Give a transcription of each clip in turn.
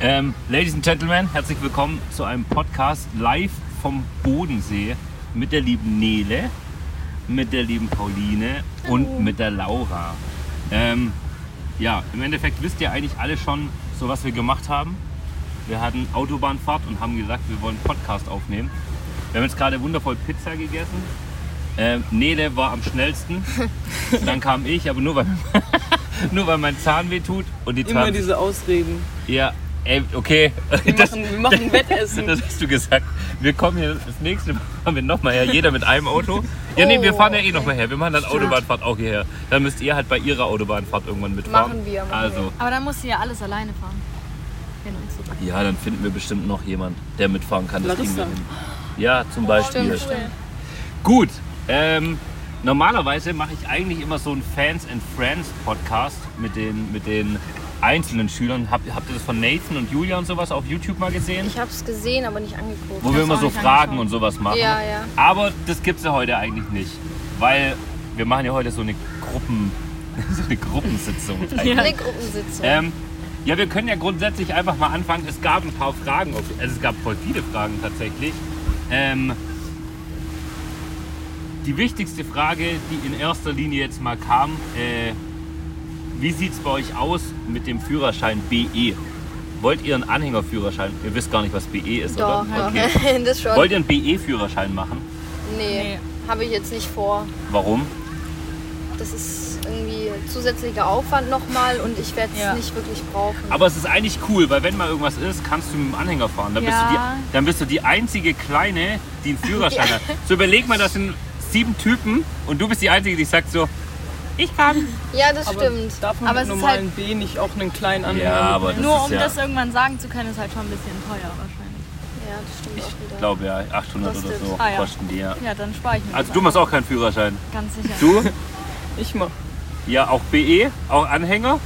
Ähm, Ladies and Gentlemen, herzlich willkommen zu einem Podcast live vom Bodensee mit der lieben Nele, mit der lieben Pauline und mit der Laura. Ähm, ja, im Endeffekt wisst ihr eigentlich alle schon, so was wir gemacht haben. Wir hatten Autobahnfahrt und haben gesagt, wir wollen einen Podcast aufnehmen. Wir haben jetzt gerade wundervoll Pizza gegessen. Ähm, Nele war am schnellsten. Dann kam ich, aber nur weil, nur weil mein Zahn weh tut und die Immer Zahn. diese Ausreden. Ja, ey, okay. Wir machen, wir machen Wettessen. Das hast du gesagt. Wir kommen hier das nächste Mal fahren wir nochmal her, jeder mit einem Auto. Ja, nee, wir fahren ja eh nochmal her. Wir machen dann Autobahnfahrt auch hierher. Dann müsst ihr halt bei ihrer Autobahnfahrt irgendwann mitfahren. Machen wir, machen also, Aber dann musst du ja alles alleine fahren. Wenn uns so- ja, dann finden wir bestimmt noch jemand, der mitfahren kann. Das kriegen wir Larissa. hin. Ja, zum Beispiel. Oh, Stimmt, stimmt. Gut, ähm, normalerweise mache ich eigentlich immer so einen Fans and Friends Podcast mit den, mit den einzelnen Schülern. Habt, habt ihr das von Nathan und Julia und sowas auf YouTube mal gesehen? Ich habe es gesehen, aber nicht angeguckt. wo wir hab's immer auch so nicht Fragen angeschaut. und sowas machen. Ja, ja. Aber das gibt's ja heute eigentlich nicht, weil wir machen ja heute so eine Gruppen, so eine Gruppensitzung. eigentlich. Eine Gruppensitzung. Ähm, ja, wir können ja grundsätzlich einfach mal anfangen. Es gab ein paar Fragen, auf- also es gab voll viele Fragen tatsächlich. Ähm, die wichtigste Frage, die in erster Linie jetzt mal kam, äh, wie sieht's bei euch aus mit dem Führerschein BE? Wollt ihr einen Anhängerführerschein? Ihr wisst gar nicht, was BE ist, doch, oder? doch. Okay. das schon. Wollt ihr einen BE-Führerschein machen? nee, Nee. habe ich jetzt nicht vor. Warum? Das ist irgendwie zusätzlicher Aufwand nochmal und ich werde es Ja. nicht wirklich brauchen. Aber es ist eigentlich cool, weil wenn mal irgendwas ist, kannst du mit dem Anhänger fahren. Dann, bist, du Ja. die, dann bist du die einzige Kleine, die einen Führerschein hat. So überleg mal, das sind sieben Typen und du bist die Einzige, die sagt so, ich kann. ja, das Aber stimmt. Darf man Aber mit es ist halt- normalen B nicht auch einen kleinen Anhänger? Ja, aber mitnehmen? Nur ist um ja- das irgendwann sagen zu können, ist halt schon ein bisschen teuer wahrscheinlich. Ja, das stimmt auch wieder. Ich glaube ja, 800 oder so Kostet. Ah, ja. kosten die ja. Ja, dann spare ich mir. Also das du ein. machst auch keinen Führerschein. Ganz sicher. Du? Ich mach. Ja, auch BE, auch Anhänger.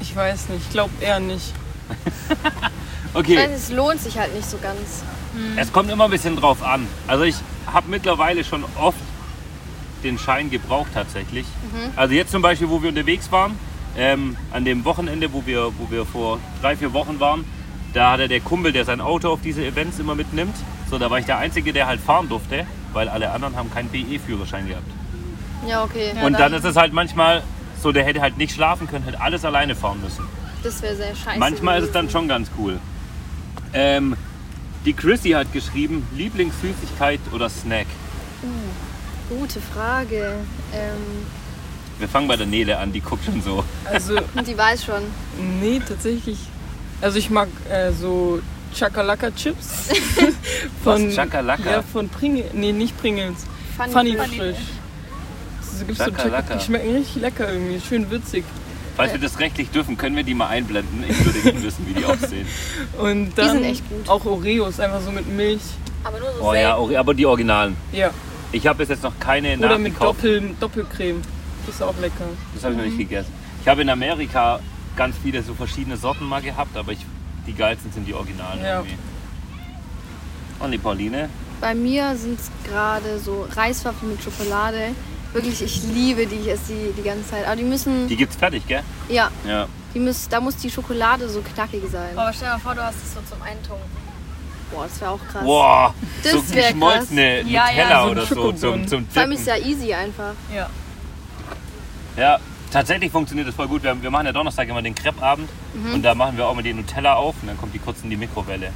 Ich weiß nicht. Ich glaube eher nicht. Ich weiß, Okay, es lohnt sich halt nicht so ganz. es kommt immer ein bisschen drauf an. Also ich habe mittlerweile schon oft den Schein gebraucht tatsächlich. Also jetzt zum Beispiel, wo wir unterwegs waren, ähm, an dem Wochenende, wo wir, wo wir vor drei, vier Wochen waren, da hatte der Kumpel, der sein Auto auf diese Events immer mitnimmt, so da war ich der Einzige, der halt fahren durfte, weil alle anderen haben keinen BE-Führerschein gehabt. Ja, okay. Ja, Und dann dann- ist es halt manchmal so, der hätte halt nicht schlafen können, hätte alles alleine fahren müssen. Das wäre sehr scheiße. Manchmal ist es gewesen. dann schon ganz cool. Ähm, die Chrissy hat geschrieben, Lieblingssüßigkeit oder Snack? Gute Frage. Ähm, Wir fangen bei der Nele an, die guckt schon so. Also, die weiß schon. nee, tatsächlich. Also ich mag äh, so Chakalaka-Chips. von Was? Chakalaka? Ja, von Pringles. Nee, nicht Pringles. Funny Funny Frisch. Frisch. So gibt's so Chakalaka. Chak- die schmecken richtig lecker irgendwie. Schön witzig. Falls wir das rechtlich dürfen, können wir die mal einblenden. Ich würde gerne wissen, wie die aussehen. Und dann sind echt gut. auch Oreos, einfach so mit Milch. Aber nur so Oh ja, selten. auch- aber die Originalen. Ja. Ich habe bis jetzt noch keine Oder mit nachgekauft. Doppel, Doppelcreme. Das ist auch lecker. Das habe ich noch nicht Mhm. gegessen. Ich habe in Amerika ganz viele so verschiedene Sorten mal gehabt, aber ich, die geilsten sind die Originalen. Ja. Irgendwie. Und die Pauline? Bei mir sind es gerade so Reiswaffeln mit Schokolade. Wirklich, ich liebe die. Ich esse die die ganze Zeit. Aber die müssen, Die gibt's fertig, gell? ja, Ja. die müssen, da muss die Schokolade so knackig sein. Ah. Aber stell dir mal vor, du hast es so zum Eintunken. Boah, das wäre auch krass. Boah, Das so wär geschmolzene krass. Ja, ja, Nutella so ein oder so Schokobon. zum, zum Vor allem ist es Dippen. ja easy einfach. Ja. Ja, tatsächlich funktioniert das voll gut. Wir, wir machen ja Donnerstag immer den Crepe-Abend Mhm. und da machen wir auch mal die Nutella auf und dann kommt die kurz in die Mikrowelle.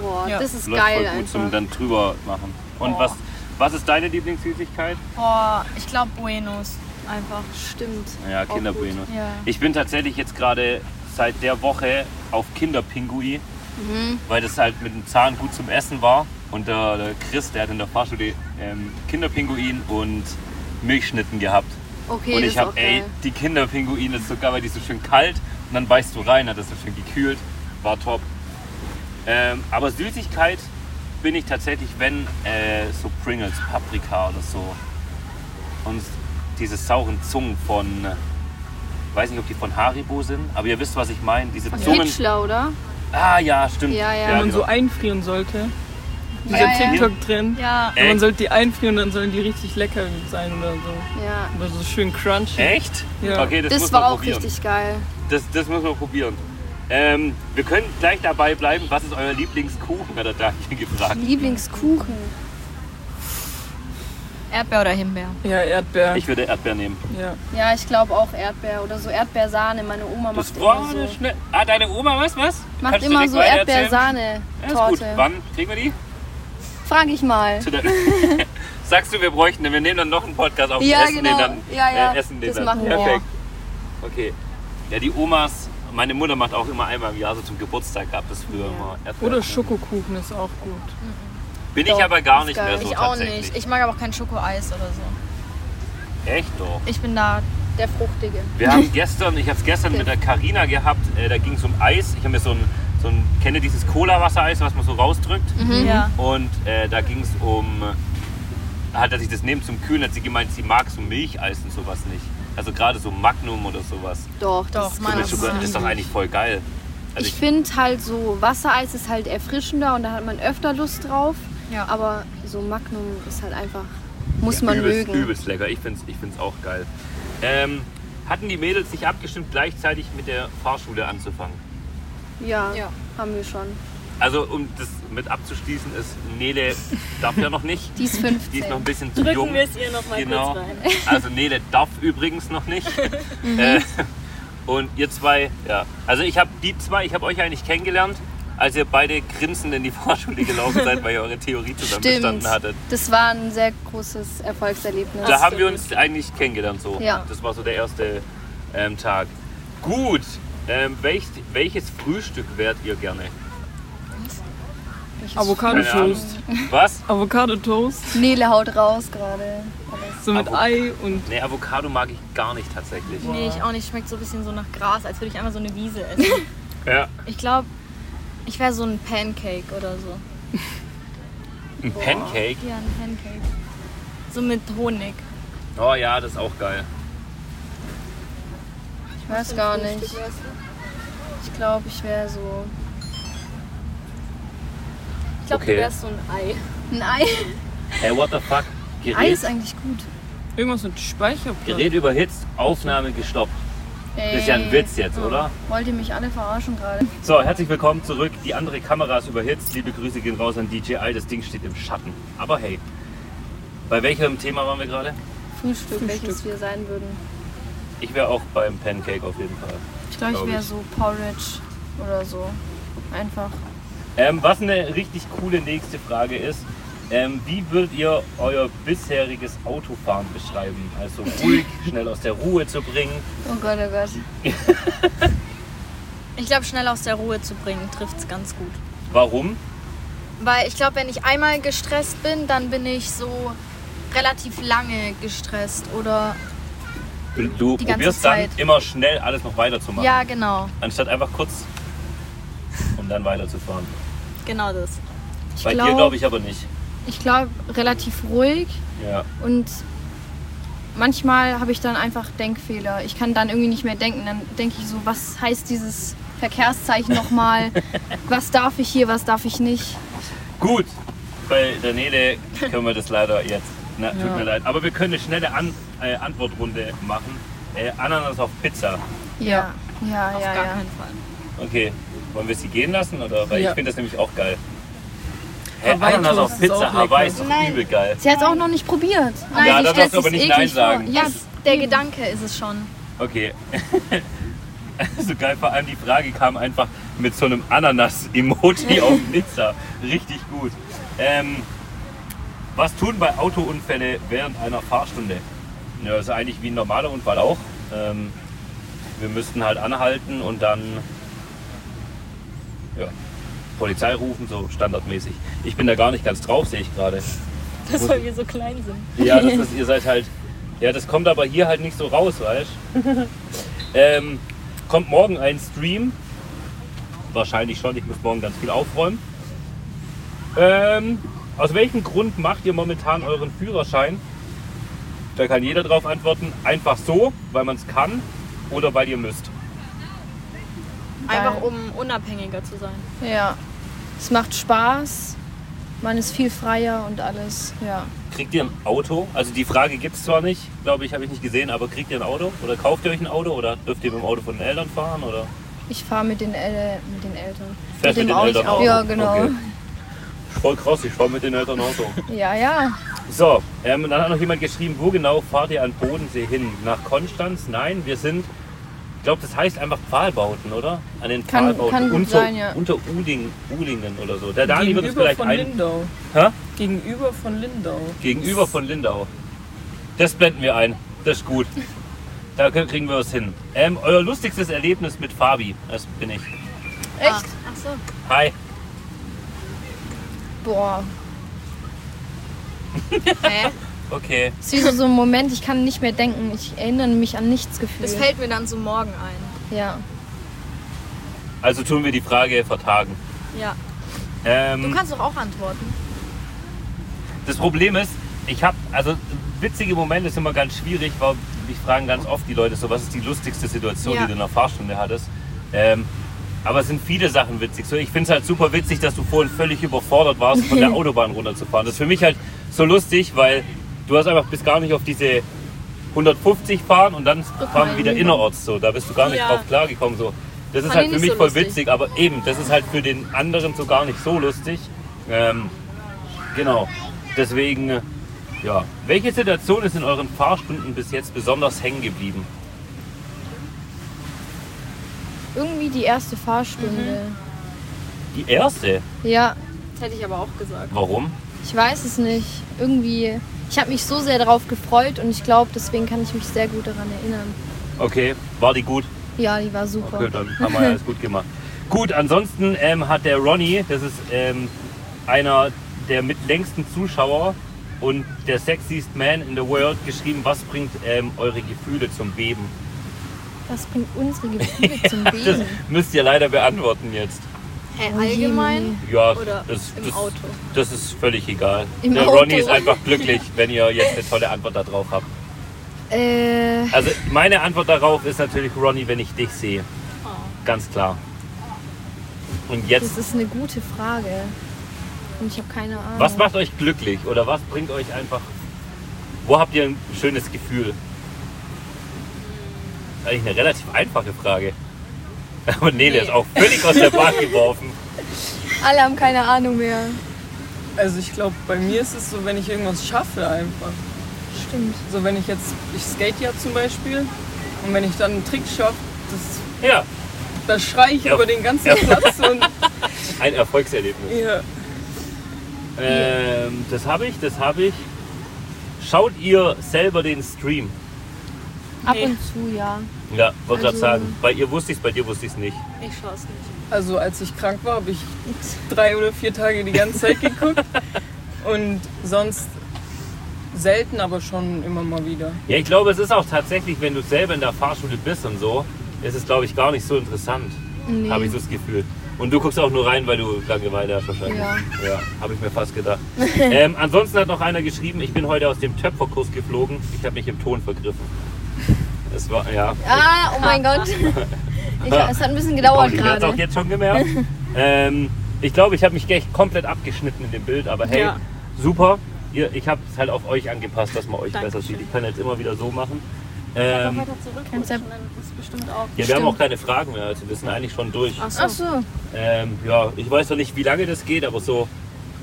Boah, Ja. das ist Läuft geil voll gut zum einfach. dann drüber machen. Und Boah. was, was ist deine Lieblingssüßigkeit? Boah, ich glaube Buenos einfach. Stimmt. Ja, Auch Kinderbueno. gut. Ja. Ich bin tatsächlich jetzt gerade seit der Woche auf Kinderpingui, Mhm. weil das halt mit dem Zahn gut zum Essen war. Und der, der Chris, der hat in der Fahrschule ähm, Kinderpinguin und Milchschnitten gehabt. Okay, und das ich ist auch habe, ey, geil. die Kinderpinguine ist sogar, weil die ist so schön kalt und dann beißt du rein, hat das so schön gekühlt, war top. Ähm, aber Süßigkeit bin ich tatsächlich, wenn äh, so Pringles, Paprika oder so. Und diese sauren Zungen von, äh, weiß nicht, ob die von Haribo sind, aber ihr wisst, was ich meine. Diese Zungen. Klitschler, oder? Ah ja, stimmt. Ja, ja. Wenn man genau. so einfrieren sollte. Dieser Ja, ja. TikTok-Trend. Ja. Ey. Man sollte die einfrieren, dann sollen die richtig lecker sein oder so. Ja. Oder so schön crunchy. Echt? Ja. Okay, das, Das muss war man auch probieren. richtig geil. Das, das müssen wir probieren. Ähm, wir können gleich dabei bleiben, was ist euer Lieblingskuchen, hat er da hier gefragt. Lieblingskuchen. Erdbeer oder Himbeer? Ja, Erdbeer. Ich würde Erdbeer nehmen. ja. Ja, ich glaube auch Erdbeer oder so Erdbeersahne. Meine Oma Das macht immer war so, eine schnell. Ah, deine Oma, was? Was? macht Kannst du immer direkt so weiter erzählen? Ja, ist gut. Erdbeersahne-Torte. Wann kriegen wir die? Frag ich mal. Zu der- Sagst du, wir bräuchten den. Wir nehmen dann noch einen Podcast auf. und Ja, essen genau. den dann. Ja, ja. Äh, essen den Das dann. machen wir. Perfekt. Okay. Ja, die Omas, meine Mutter macht auch immer einmal im Jahr so zum Geburtstag ab. Das früher immer Erdbeeren. Oder Schokokuchen ist auch gut. Bin ich aber gar Ist nicht geil. mehr so ich auch tatsächlich. nicht. Ich mag aber auch kein Schokoeis oder so. Echt doch. Ich bin da. Der fruchtige. Wir haben gestern, ich habe es gestern mit der Karina gehabt, äh, da ging es um Eis. Ich habe mir so ein, so ein, kenne dieses Cola-Wassereis, was man so rausdrückt. Mhm. Ja. Und äh, da ging es um, äh, hat er sich das nehmen zum Kühlen, hat sie gemeint, sie mag so Milcheis und sowas nicht. Also gerade so Magnum oder sowas. Doch, das Doch, ist meiner Das Meinung ist, nach. das ist doch eigentlich voll geil. Also Ich ich, finde halt so, Wassereis ist halt erfrischender und da hat man öfter Lust drauf. Ja. Aber so Magnum ist halt einfach, muss ja, man übelst, mögen. übelst lecker. Ich finde es ich find's auch geil. Ähm, hatten die Mädels sich abgestimmt, gleichzeitig mit der Fahrschule anzufangen? Ja, Ja. haben wir schon. Also um das mit abzuschließen ist, Nele darf ja noch nicht. Die ist 15. Die ist noch ein bisschen zu jung. ihr nochmal genau. Also Nele darf übrigens noch nicht. Mhm. äh, und ihr zwei, ja. Also ich habe die zwei, ich habe euch eigentlich kennengelernt, als ihr beide grinsend in die Vorschule gelaufen seid, weil ihr eure Theorie zusammen bestanden hattet. Das war ein sehr großes Erfolgserlebnis. Da haben wir uns eigentlich kennengelernt so. Ja. Das war so der erste ähm, Tag. Gut. Ähm, welch, welches Frühstück wärt ihr gerne? Keine Ahnung. Avocado-Toast. Was? Avocado-Toast. Nele haut raus gerade. So mit Avo- Ei und Ne, Avocado mag ich gar nicht tatsächlich. Nee, ich auch nicht. Schmeckt so ein bisschen so nach Gras, als würde ich einfach so eine Wiese essen. Ja. ich glaube, ich wäre so ein Pancake oder so. Ein Pancake? Ja, ein Pancake. So mit Honig. Oh ja, das ist auch geil. Ich weiß gar nicht. Ich glaube, ich wäre so Ich glaube, Okay. du wärst so ein Ei. ein Ei. Hey, what the fuck? Ei Gerät, ist eigentlich gut. irgendwas mit Speicherplatz. Gerät überhitzt, Aufnahme gestoppt. Das ist ja ein Ey, Witz jetzt, oder? Wollt ihr Äh, mich alle verarschen gerade? So, herzlich willkommen zurück. Die andere Kamera ist überhitzt. Liebe Grüße gehen raus an DJI. Das Ding steht im Schatten. Aber hey. Bei welchem Thema waren wir gerade? Frühstück, welches wir sein würden. Ich wäre auch beim Pancake auf jeden Fall. Ich glaube, Glaub ich wäre ich. so Porridge oder so. Einfach. Ähm, was eine richtig coole nächste Frage ist, ähm, wie würdet ihr euer bisheriges Autofahren beschreiben? Also ruhig, schnell aus der Ruhe zu bringen. Oh Gott, oh Gott. Ich glaube, schnell aus der Ruhe zu bringen, trifft es ganz gut. Warum? Weil ich glaube, wenn ich einmal gestresst bin, dann bin ich so relativ lange gestresst oder. Du- Du Die ganze probierst dann Zeit. immer schnell alles noch weiterzumachen. Ja, genau. Anstatt einfach kurz, um dann weiterzufahren. Genau das. Ich Bei dir glaub- glaube ich aber nicht. Ich glaube, relativ ruhig Ja. und manchmal habe ich dann einfach Denkfehler. Ich kann dann irgendwie nicht mehr denken. Dann denke ich so, was heißt dieses Verkehrszeichen nochmal? was darf ich hier, was darf ich nicht? Gut, bei der Nele können wir das leider jetzt. Na, tut mir leid. Aber wir können eine schnelle An äh, Antwortrunde machen. Äh, Ananas auf Pizza. Ja. Ja, ja, Auf ja. gar keinen Fall. Okay, wollen wir sie gehen lassen? Oder? Weil Ja. ich finde das nämlich auch geil. Hä, Hawaii Ananas Toast auf ist Pizza, auch Hawaii lecker. ist doch Nein. übel geil. Sie hat es auch noch nicht probiert. Nein, ja, ich da stell's darfst du aber nicht nicht Nein eklig vor. sagen. Ja. Das- Der Gedanke ist es schon. Okay. so geil, vor allem die Frage kam einfach mit so einem Ananas-Emoji auf Pizza. Richtig gut. Ähm, was tun bei Autounfälle während einer Fahrstunde? Ja, das ist eigentlich wie ein normaler Unfall auch. Ähm, wir müssten halt anhalten und dann ja, Polizei rufen, so standardmäßig. Ich bin da gar nicht ganz drauf, sehe ich gerade. Das, weil wir so klein sind. Ja, das ist, ihr seid halt. Ja, das kommt aber hier halt nicht so raus, weißt ähm, Kommt morgen ein Stream. Wahrscheinlich schon, ich muss morgen ganz viel aufräumen. Ähm, aus welchem Grund macht ihr momentan euren Führerschein? Da kann jeder drauf antworten, einfach so, weil man es kann oder weil ihr müsst. Einfach um unabhängiger zu sein. Ja. Es macht Spaß. Man ist viel freier und alles. Ja. Kriegt ihr ein Auto? Also die Frage gibt es zwar nicht, glaube ich, habe ich nicht gesehen, aber kriegt ihr ein Auto? Oder kauft ihr euch ein Auto? Oder dürft ihr mit dem Auto von den Eltern fahren? Oder? Ich fahre mit, den El mit den Eltern. Fährst dem mit den Audi Eltern auch. Auto? Ja, genau. Okay. Voll krass, ich fahre mit den Eltern Auto. Ja, ja. Ah. So, ähm, dann hat noch jemand geschrieben, wo genau fahrt ihr an Bodensee hin? Nach Konstanz? Nein, wir sind, ich glaube, das heißt einfach Pfahlbauten, oder? An den Kann- Pfahlbauten. kann gut unter, sein, ja. unter Uding, Udingen oder so. Der Dani wird es Gegenüber vielleicht von ein. Lindau. Hä? Gegenüber von Lindau. Gegenüber von Lindau. Das blenden wir ein. Das ist gut. Da kö- kriegen wir es hin. Ähm, euer lustigstes Erlebnis mit Fabi, das bin ich. Echt? Ah, ach so. Hi. Boah. Hä? Okay. Es ist wie so- so ein Moment, ich kann nicht mehr denken. Ich erinnere mich an nichts gefühlt. Das fällt mir dann so morgen ein. Ja. Also tun wir die Frage vertagen. Ja. Du Hm. Ähm, kannst doch auch antworten. Das Problem ist, ich habe, also witzige Momente sind immer ganz schwierig, weil mich fragen ganz oft die Leute so, was ist die lustigste Situation, Ja. die du in der Fahrstunde hattest. Ähm, aber es sind viele Sachen witzig. So, ich finde es halt super witzig, dass du vorhin völlig überfordert warst, von der Autobahn runterzufahren. Das ist für mich halt so lustig, weil du hast einfach bis gar nicht auf diese 150 fahren und dann fahren wir wieder innerorts so. Da bist du gar nicht Ja. drauf klargekommen so. Das ist Fand halt ich für nicht mich so voll lustig. witzig, aber eben, das ist halt für den anderen so gar nicht so lustig. Ähm, genau. Deswegen, äh, ja. Welche Situation ist in euren Fahrstunden bis jetzt besonders hängen geblieben? Irgendwie die erste Fahrstunde. Die erste. Ja, Das hätte ich aber auch gesagt. Warum? ich weiß es nicht. Irgendwie. Ich habe mich so sehr darauf gefreut und ich glaube, deswegen kann ich mich sehr gut daran erinnern. Okay, war die gut? Ja, die war super. Okay, dann haben wir alles gut gemacht. Gut, ansonsten ähm, hat der Ronny, das ist ähm, einer der mit längsten Zuschauer und der sexiest man in the world, geschrieben, was bringt ähm, eure Gefühle zum Beben? Das bringt unsere Gefühle zum Das Beben. müsst ihr leider beantworten jetzt. Hä, Oh je, allgemein? nee. Ja, Oder das, im das, Auto. das ist völlig egal. Im der Auto. Ronny ist einfach glücklich, wenn ihr jetzt eine tolle Antwort darauf habt. Äh, Also meine Antwort darauf ist natürlich Ronny, wenn ich dich sehe. Ganz klar. Und jetzt das ist eine gute Frage. Und ich habe keine Ahnung. Was macht euch glücklich oder was bringt euch einfach, wo habt ihr ein schönes Gefühl? Eigentlich eine relativ einfache Frage. Aber Nele ist auch völlig aus der Bahn geworfen. Alle haben keine Ahnung mehr. Also ich glaube, bei mir ist es so, wenn ich irgendwas schaffe einfach. Stimmt. So wenn ich jetzt, ich skate ja zum Beispiel und wenn ich dann einen Trick schaffe, das, Ja, da schrei ich Ja. über den ganzen Ja. Platz und ein Erfolgserlebnis. ja. Ähm, das habe ich, das habe ich. Schaut ihr selber den Stream? Ab Nee. und zu, ja. Ja, wollte gerade Also- sagen. Bei ihr wusste ich es, bei dir wusste ich es nicht. Ich schaue es Ähm, nicht. Also als ich krank war, habe ich drei oder vier Tage die ganze Zeit geguckt und sonst selten, aber schon immer mal wieder. Ja, ich glaube, es ist auch tatsächlich, wenn du selber in der Fahrschule bist und so, ist es, glaube ich, gar nicht so interessant. Nee. Habe ich so das Gefühl. Und du guckst auch nur rein, weil du Langeweile hast wahrscheinlich. Ja. ja habe ich mir fast gedacht. ähm, ansonsten hat noch einer geschrieben, ich bin heute aus dem Töpferkurs geflogen. Ich habe mich im Ton vergriffen. Es war, ja. Ah, oh mein Gott. Ich, es hat ein bisschen gedauert ich habe es auch gerade. jetzt schon gemerkt. ähm, ich glaube, ich habe mich echt komplett abgeschnitten in dem Bild, aber hey, Ja. super. Ihr, ich habe es halt auf euch angepasst, dass man euch besser Dankeschön. sieht. Ich kann jetzt immer wieder so machen. Ähm, Weiter Kannst zurückrutschen, ja- dann ist bestimmt auch. ja, wir haben auch keine Fragen mehr, also wir sind eigentlich schon durch. Ach so. Ach so. Ähm, ja, ich weiß noch nicht, wie lange das geht, aber so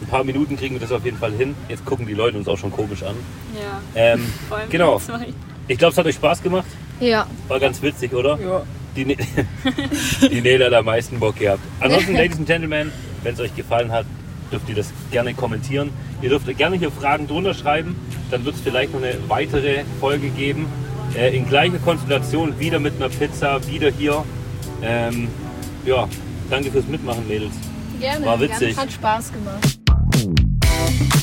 ein paar Minuten kriegen wir das auf jeden Fall hin. Jetzt gucken die Leute uns auch schon komisch an. Ja, Ähm, vor allem genau. die zwei. Ich glaube, es hat euch Spaß gemacht. Ja. War ganz witzig, oder? Ja. Die, Ne- die Nele hat am meisten Bock gehabt. Ansonsten, Ladies and Gentlemen, wenn es euch gefallen hat, dürft ihr das gerne kommentieren. Ihr dürft gerne hier Fragen drunter schreiben. Dann wird es vielleicht noch eine weitere Folge geben. Äh, in gleicher Konstellation, wieder mit einer Pizza, wieder hier. Ähm, ja, danke fürs Mitmachen, Mädels. Gerne. War witzig. Hat Spaß gemacht.